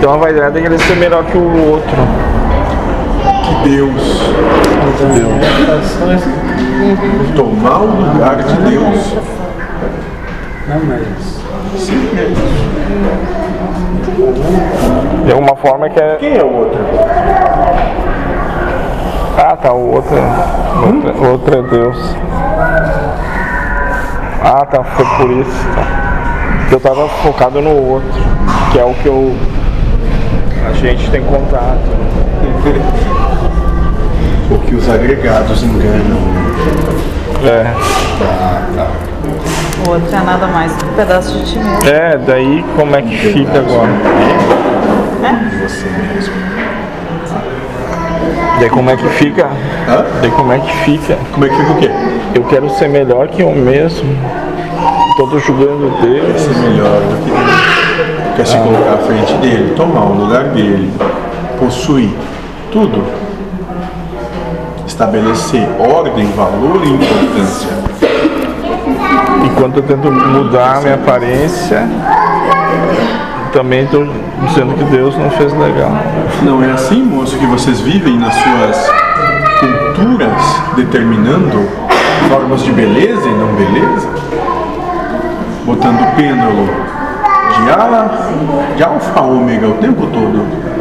Tem uma vaidade de ele ser melhor que o outro. Que Deus. Deus. Tomar o Então, lugar de Deus. Não, mas. De alguma forma que é. Quem é o outro? Ah tá, o outro. Outro, outro é Deus. Ah tá, foi por isso. tá. Eu tava focado no outro, que é o que eu. A gente tem contato. O que os agregados enganam. É. O outro é nada mais que um pedaço de ti mesmo. É, daí como é que fica agora? né? E você mesmo. Daí como é que fica? Hã? Daí como é que fica? Como é que fica o quê? Eu quero ser melhor que eu mesmo. Todo julgando Deus. Ser melhor do que Deus. Quer se colocar à frente dele, tomar o lugar dele, possuir tudo. Estabelecer ordem, valor e importância. Enquanto eu tento mudar a minha aparência, também estou dizendo que Deus não fez legal. Não é assim, moço, que vocês vivem nas suas culturas, determinando formas de beleza e não beleza? Botando pêndulo de ala, de alfa a ômega o tempo todo.